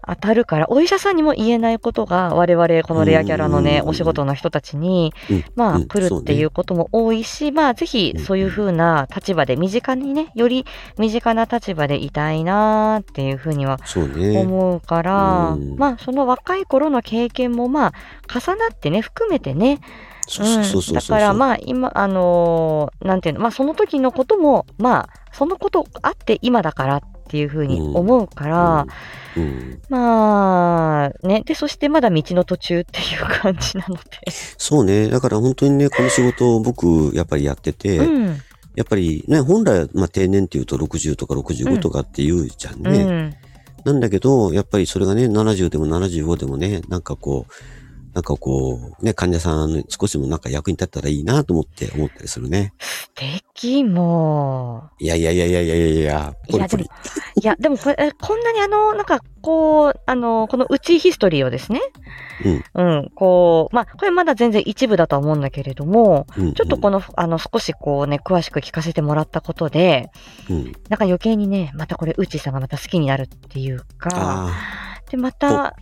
Speaker 1: 当たるから、お医者さんにも言えないことが、我々、このレアキャラの
Speaker 2: うんうん
Speaker 1: ね
Speaker 2: う、んうん
Speaker 1: お仕事の人たちに、
Speaker 2: うん
Speaker 1: ま
Speaker 2: う
Speaker 1: あ、
Speaker 2: ん
Speaker 1: 来るっていうことも多いし、まあ、ぜひ
Speaker 2: うんうん
Speaker 1: そういうふうな立場で、身近にね、より身近な立場でいたいなーっていうふうには
Speaker 2: そうね。
Speaker 1: 思うから、
Speaker 2: うん
Speaker 1: まあ、その若い頃の経験も、まあ、重なってね、含めてね、
Speaker 2: そうそうそうそう
Speaker 1: うん、だからまあ今あのーなんていうのまあその時のこともまあそのことあって今だからっていうふうに思うから、
Speaker 2: うんうん
Speaker 1: まあねでそしてまだ道の途中っていう感じなので、
Speaker 2: そうね。だから本当にね、この仕事を僕、やっぱりやってて、
Speaker 1: うん
Speaker 2: やっぱりね、本来は、まあ、定年っていうと60とか65とかっていうじゃんね。
Speaker 1: うん
Speaker 2: なんだけど、やっぱりそれがね、70でも75でもね、なんかこう、なんかこう、ね、患者さんの少しでもなんか役に立ったらいいなと思って思ったりするね。
Speaker 1: 素敵も
Speaker 2: いやいやいやいやいやいやいや、ポリポリ。
Speaker 1: ういやでもこれえこんなにあのなんかこうあのこのうちヒストリーをですね
Speaker 2: うん、
Speaker 1: うんこうまあこれまだ全然一部だとは思うんだけれども
Speaker 2: うん。
Speaker 1: ちょっとこ
Speaker 2: の、
Speaker 1: の、あの、少しこうね、詳しく聞かせてもらったことで、
Speaker 2: うん。
Speaker 1: なんか余計にね、またこれ、うちさんがまた好きになるっていうか、
Speaker 2: あ
Speaker 1: で、また、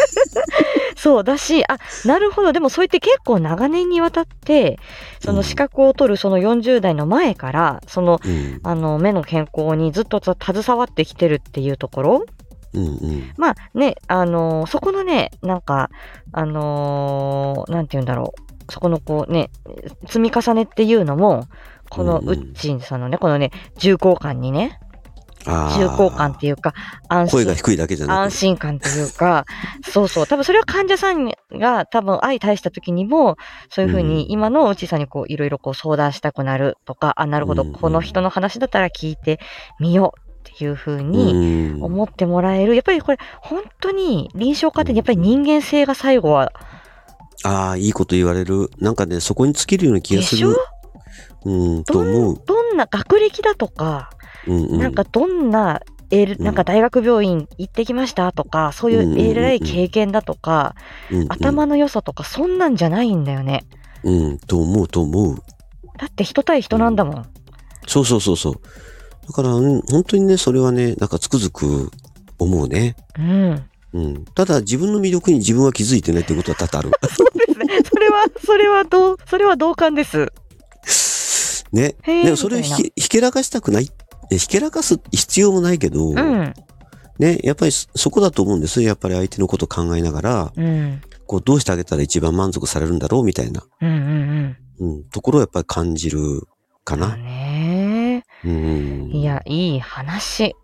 Speaker 1: (laughs) そうだし、あ、なるほど、でもそうやって結構長年にわたって、その資格を取るその40代の前から、その、
Speaker 2: あ、うん。
Speaker 1: あの、目の健康にずっとつ携わってきてるっていうところ、
Speaker 2: うんうん。
Speaker 1: まあね、あのーそこのね、なんか、あのーなんて言うんだろう、そこのこうね、積み重ねっていうのも、この
Speaker 2: うん
Speaker 1: ウ
Speaker 2: うん
Speaker 1: ッチンさんのね、このね、重厚感にね、
Speaker 2: あ
Speaker 1: 重厚感って
Speaker 2: い
Speaker 1: い
Speaker 2: う
Speaker 1: うか、安
Speaker 2: 声が
Speaker 1: 心
Speaker 2: 低いだけじゃな
Speaker 1: 安
Speaker 2: くて。
Speaker 1: 心感というか、そうそう、多分それは患者さんが多分相対した時にも、そういうふう
Speaker 2: う
Speaker 1: に今のうちさんにこういろいろこう相談したくなるとか、あ、なるほど、
Speaker 2: うんうん
Speaker 1: この人の話だったら聞いてみようっていうふうに
Speaker 2: に
Speaker 1: 思ってもらえる。やっぱりこれ本当に臨床家ってやっぱり人間性が最後は、
Speaker 2: ああ、いいこと言われる。なんかね、そこに尽きるような気
Speaker 1: で
Speaker 2: がす
Speaker 1: しょ
Speaker 2: る。うん、と
Speaker 1: ど
Speaker 2: 思
Speaker 1: ん
Speaker 2: う。
Speaker 1: どんな学歴だとか、
Speaker 2: うんうん、
Speaker 1: なんかどんな、えー
Speaker 2: うん
Speaker 1: なんか大学病院行ってきましたとか、そう
Speaker 2: うんうんうん
Speaker 1: いううん偉い経験だとか、
Speaker 2: うんうん、
Speaker 1: 頭の良さとか、そんなんじゃないんだよね。
Speaker 2: うん、と思うと思う。
Speaker 1: だって人対人なんだもん。
Speaker 2: そうそうそうそう。だから、うん、本当にね、それはね、なんかつくづく思うね。
Speaker 1: うん。 (laughs)
Speaker 2: うん。ただ、自分の魅力に自分は気づいてないってことは多々ある。
Speaker 1: (laughs) ですね。それは、それはどう、それは同感です。
Speaker 2: ね。
Speaker 1: へー
Speaker 2: でもそれを
Speaker 1: みたいな
Speaker 2: ひひけらかしたくない。えひけらかす必要もないけど、
Speaker 1: うん。
Speaker 2: ね、やっぱりそそこだと思うんですよ。やっぱり相手のことを考えながら、
Speaker 1: うん。
Speaker 2: こう、どうしてあげたら一番満足されるんだろうみたいな、
Speaker 1: うんうんうん。
Speaker 2: うん、ところをやっぱり感じるか
Speaker 1: だ
Speaker 2: な。
Speaker 1: ね
Speaker 2: うん。
Speaker 1: いや、いい話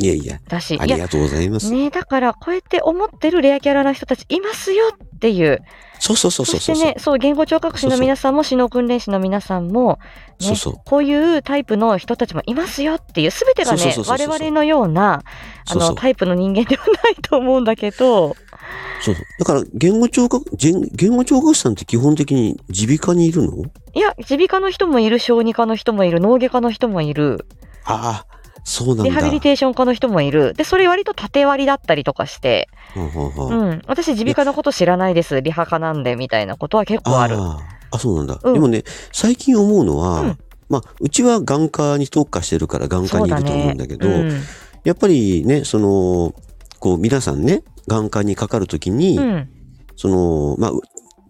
Speaker 2: いやいや、
Speaker 1: だし、
Speaker 2: あ
Speaker 1: い
Speaker 2: り
Speaker 1: や、
Speaker 2: がとうございます。
Speaker 1: ねだから、こうやって思ってるレアキャラの人たちいますよっていう。
Speaker 2: そうそうそうそう
Speaker 1: そ
Speaker 2: そう。
Speaker 1: してね、そう、言語聴覚士の皆さんも、死脳訓練士の皆さんも、ね
Speaker 2: そうそう。
Speaker 1: こういうタイプの人たちもいますよっていう、すべてが
Speaker 2: そう
Speaker 1: ね
Speaker 2: そう、そうそ
Speaker 1: 我
Speaker 2: うそう
Speaker 1: 々のような、あ
Speaker 2: そうそ
Speaker 1: の、
Speaker 2: う
Speaker 1: タイプの人間ではないと思うんだけど、
Speaker 2: そうそう。だから、言語聴覚、言言語聴覚士さんって基本的に耳鼻科にいるの
Speaker 1: いや、耳鼻科の人もいる、小児科の人もいる、脳外科の人もいる、
Speaker 2: ああ、そうなんだ。
Speaker 1: リハビリテーション科の人もいる。で、それ割と縦割りだったりとかして、
Speaker 2: はんはん
Speaker 1: う
Speaker 2: はん
Speaker 1: ん、私耳鼻科のこと知らないです、リハ科なんで、みたいなことは結構ある。
Speaker 2: あーあ、そうなんだ。
Speaker 1: うん
Speaker 2: でもね、最近思うのは、
Speaker 1: うん
Speaker 2: まあ、うちは眼科に特化してるから眼科
Speaker 1: そう
Speaker 2: にい
Speaker 1: だ
Speaker 2: ると思う
Speaker 1: ね
Speaker 2: ん。だけど、
Speaker 1: うん
Speaker 2: やっぱりね、その、こう、皆さんね、眼科にかかるときに、
Speaker 1: うん。
Speaker 2: その、まあ、う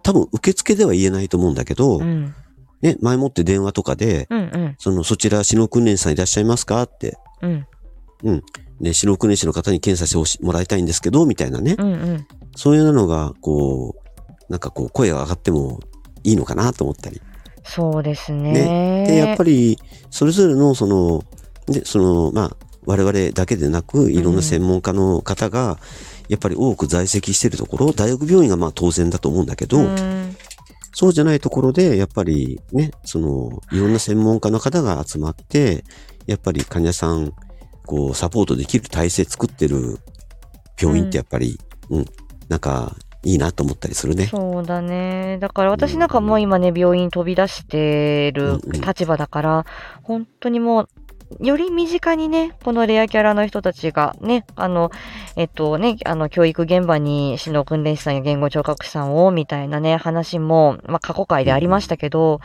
Speaker 2: 多分受付では言えないと思うんだけど、
Speaker 1: うん。
Speaker 2: ね、前もって電話とかで、
Speaker 1: うん。うん。
Speaker 2: その、そちら、篠訓練士さんいらっしゃいますかって、
Speaker 1: うん。
Speaker 2: ね、篠訓練士の方に検査してほしもらいたいんですけど、みたいなね、
Speaker 1: うん。うん。
Speaker 2: そういうのが、こう、なんかこう、声が上がってもいいのかなと思ったり。
Speaker 1: そうです
Speaker 2: で、やっ
Speaker 1: ね
Speaker 2: ぱ。り、それぞれの、その、で、その、まあ、我々だけでなく、いろんな専門家の方が、やっぱり多く在籍しているところ、大学病院がまあ当然だと思うんだけど、
Speaker 1: うん
Speaker 2: そうじゃないところで、やっぱりね、その、いろんな専門家の方が集まって、やっぱり患者さん、こう、サポートできる体制作ってる病院ってやっぱり、うん、なんか、いいなと思ったりするね。
Speaker 1: そうだね。だから私なんかもう今ね、病院飛び出してる
Speaker 2: うんうん
Speaker 1: 立場だから、本当にもう、より身近にね、このレアキャラの人たちがね、あの、えっとね、あの、教育現場に、死の訓練士さんや言語聴覚士さんを、みたいなね、話も、まあ、過去回でありましたけど、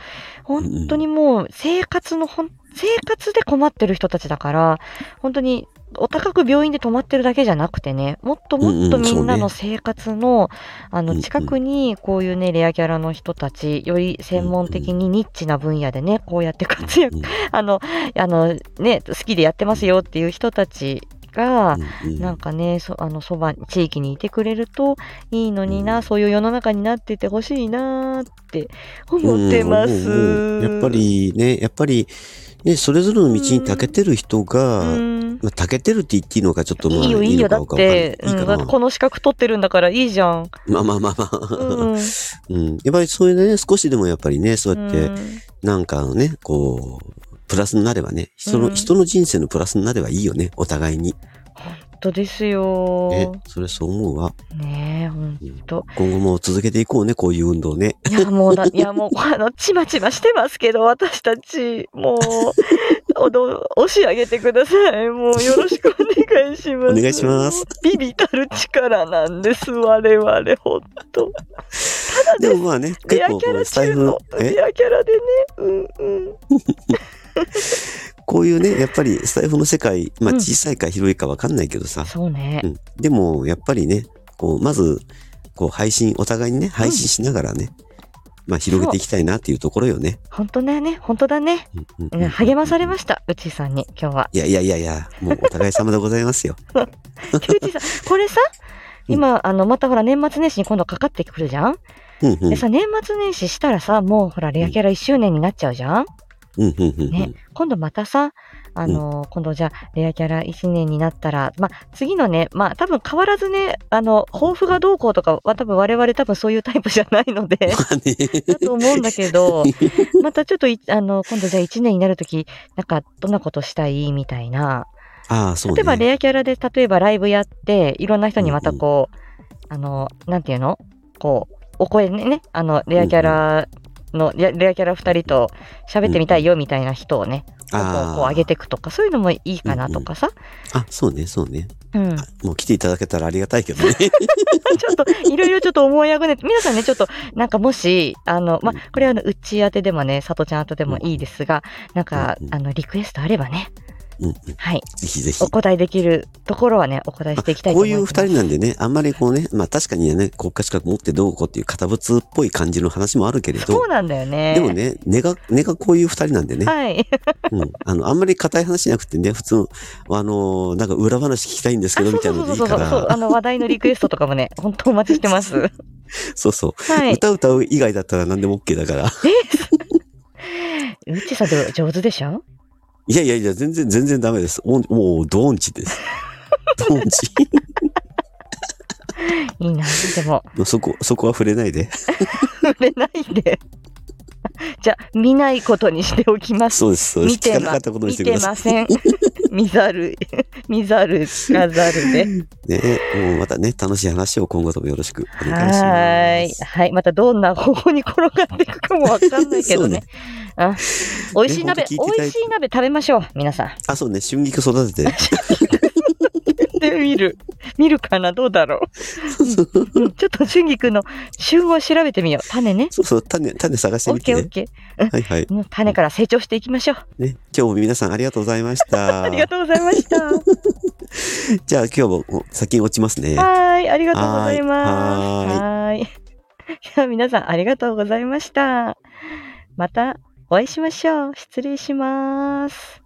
Speaker 2: んうん
Speaker 1: 本当にもう、生活の、ほん、生活で困ってる人たちだから、本当に、お高く病院で泊まってるだけじゃなくてね、もっともっと
Speaker 2: うんうんそ
Speaker 1: み
Speaker 2: うん
Speaker 1: な
Speaker 2: ね
Speaker 1: の生活の、あ
Speaker 2: うん
Speaker 1: の
Speaker 2: うん
Speaker 1: 近くにこういうね、レアキャラの人たち、より専門的にニッチな分野でね、こうやって活躍、
Speaker 2: うん
Speaker 1: あの、あのね、好きでやってますよっていう人たちが、
Speaker 2: うんうん
Speaker 1: なんかね、そあのそば、地域にいてくれるといいのに
Speaker 2: う
Speaker 1: な、
Speaker 2: ん
Speaker 1: そういう世の中になっててほしいなって思ってま
Speaker 2: うん
Speaker 1: す。
Speaker 2: やっぱ、りね、やっぱり、ね、それぞれの道に長けてる人が、
Speaker 1: うん、
Speaker 2: まあ、長けてるって言っていいのか、ちょっとまあ、
Speaker 1: いいよ、いいよ、だ
Speaker 2: の
Speaker 1: っ
Speaker 2: かわかんない
Speaker 1: て、
Speaker 2: いい
Speaker 1: うん
Speaker 2: か
Speaker 1: だ
Speaker 2: な。
Speaker 1: ってこの資格取ってるんだからいいじゃん。
Speaker 2: まあまあまあまあ。 (laughs)
Speaker 1: うん、
Speaker 2: うん。やっぱりそういうね、少しでもやっぱりね、そうやって、
Speaker 1: うん
Speaker 2: なんかのね、こう、プラスになればね、人の、
Speaker 1: うん
Speaker 2: 人の人生のプラスになればいいよね、お互いに。
Speaker 1: 本当ですよ。
Speaker 2: ね、それそう思うわ。
Speaker 1: ねえ、ほん
Speaker 2: うん
Speaker 1: と。
Speaker 2: 今後も続けていこうね、こういう運動
Speaker 1: (laughs)
Speaker 2: ね。
Speaker 1: いや、もうだ、いや、もう、 (laughs) あの、ちまちましてますけど、私たち、もう、おど、押し上げてください。もう、よろしくお願いします。
Speaker 2: お願いします。
Speaker 1: ビビたる力なんです、我々、ほんと。
Speaker 2: でもまあね、
Speaker 1: レ
Speaker 2: 結
Speaker 1: ア
Speaker 2: 構
Speaker 1: キ
Speaker 2: こ
Speaker 1: ャ
Speaker 2: う
Speaker 1: ラ
Speaker 2: スタイ
Speaker 1: 中
Speaker 2: フ
Speaker 1: の
Speaker 2: の、、え
Speaker 1: レアキャラでね、うんうん。
Speaker 2: こういうね、やっぱりスタイフの世界、ま
Speaker 1: う
Speaker 2: あ
Speaker 1: ん
Speaker 2: 小さいか広いかわかんないけどさ、
Speaker 1: そうね
Speaker 2: う。ん、でもやっぱりね、こう、まず、こう配信、お互いにね、配信しながらね、まあ広げていきたいなっていうところよね。
Speaker 1: ほんとだね、ほんとだね。うん励まされま
Speaker 2: し
Speaker 1: した、うちさんに、今日
Speaker 2: (laughs)
Speaker 1: は。
Speaker 2: いやいやいやいや、もうお互い様でございますよ。
Speaker 1: うちさん、これさ、今、あの、またほら、年末年始に今度かかってくるじゃん
Speaker 2: うんうん
Speaker 1: で。さ、年末年始したらさ、もうほら、レアキャラ1周年になっちゃうじゃん、
Speaker 2: うん、うん、うん。
Speaker 1: ね今度またさ、あの今度じゃあ、レアキャラ1年になったら、まあ、次のね、まあ、多分変わらずね、あの、抱負がどうこうとかは、多分我々多分そういうタイプじゃない (laughs) ので、
Speaker 2: まあね。
Speaker 1: だと思うんだけ (laughs) ど、またちょっとい、あの、今度じゃあ1年になるとき、なんか、どんなことしたいみたいな。
Speaker 2: ああ、そうね。
Speaker 1: 例えば、レアキャラで、例えばライブやって、いろんな人にまたこう、あの、なんていうのこう、お声ね、ねあの、レアキャラの、レアレアキャラ2人と喋ってみたいよみたいな人をね、こうこう上げていくとかそういうのもいいかなとかさ、
Speaker 2: あーあ、そうね、そうね。
Speaker 1: うんちょ
Speaker 2: あもう来ていただけたらありがたいけ
Speaker 1: (laughs)
Speaker 2: どね。
Speaker 1: っといろいろちょっと思いあぐねて皆さんねちょっとなんかもしあのまあこれはあのうち宛てでもねさとちゃん宛てでもいいですがなんか
Speaker 2: うんうん
Speaker 1: あのリクエストあればね
Speaker 2: うんうん
Speaker 1: はい
Speaker 2: ぜひぜひ
Speaker 1: お。答えできるところはねお答えしていきたいと思
Speaker 2: こう
Speaker 1: い
Speaker 2: い
Speaker 1: ます
Speaker 2: う二人なんでね、あんまりこうね、まあ確かにね、国家資格持ってどうこうっていう堅物っぽい感じの話もあるけれ
Speaker 1: そ
Speaker 2: ど
Speaker 1: う、なんだよね
Speaker 2: でもね、根が、根がこういう二人なんでね、
Speaker 1: はい
Speaker 2: うん。あの、あんまり硬い話じゃなくてね、普通の、あのーなんか裏話聞きたいんです
Speaker 1: あ
Speaker 2: けど、
Speaker 1: そ
Speaker 2: み
Speaker 1: う
Speaker 2: た
Speaker 1: そ
Speaker 2: いうな
Speaker 1: そう
Speaker 2: のでいい
Speaker 1: そうそ
Speaker 2: か
Speaker 1: うそう
Speaker 2: ら、
Speaker 1: あの話題のリクエストとかもね本当お待ちしてます
Speaker 2: (laughs) そうそ
Speaker 1: は
Speaker 2: う。
Speaker 1: い
Speaker 2: 歌歌う以外だったら何でも OK だから。
Speaker 1: うちさんでも上手でしょ
Speaker 2: いやいやいや、全然、全然ダメです。おんもう、ドーンチ
Speaker 1: (laughs)
Speaker 2: です。ドーンチ。
Speaker 1: いいなでも (laughs)
Speaker 2: そこ、そこは触れないで。
Speaker 1: 触れないで。じゃあ、見ないことにしておきます。
Speaker 2: そうです、そうです。
Speaker 1: 見
Speaker 2: 聞
Speaker 1: て
Speaker 2: かなか
Speaker 1: ま
Speaker 2: ったことに
Speaker 1: 見
Speaker 2: してく
Speaker 1: て
Speaker 2: ださい
Speaker 1: ま。せん。見ざる、見ざる、聞かざるで。
Speaker 2: ね、もうまたね、楽しい話を今後ともよろしくお
Speaker 1: は
Speaker 2: 願いします。
Speaker 1: ーい。はい。またどんな方向に転がっていくかもわかんないけどね。あ美味しい鍋、
Speaker 2: ねほんと聞
Speaker 1: 美
Speaker 2: いていた
Speaker 1: 味
Speaker 2: だいて
Speaker 1: しい鍋食べましょう。皆さん。
Speaker 2: あ、そうね、春菊育
Speaker 1: (laughs)
Speaker 2: てて。
Speaker 1: で、見る。見るかなどうだろう。
Speaker 2: (laughs)
Speaker 1: うんうんちょっと春菊の旬を調べてみよう。種ね。
Speaker 2: そうそう、種、種探して
Speaker 1: オ
Speaker 2: み
Speaker 1: ッケ
Speaker 2: て
Speaker 1: ーオッ
Speaker 2: ね。
Speaker 1: ケ
Speaker 2: はいはい。
Speaker 1: ー。もう種から成長していきましょう。
Speaker 2: ね、今日も皆さんありがとうございまし
Speaker 1: (laughs) あ
Speaker 2: た。
Speaker 1: りがとうございました。は
Speaker 2: じゃあ今日もお先に落ちますね。
Speaker 1: ーい。ありがとうございます。
Speaker 2: はーいはーい
Speaker 1: はーい。 (laughs) じゃあ皆さんありがとうございました。またお会いしましょう。失礼します。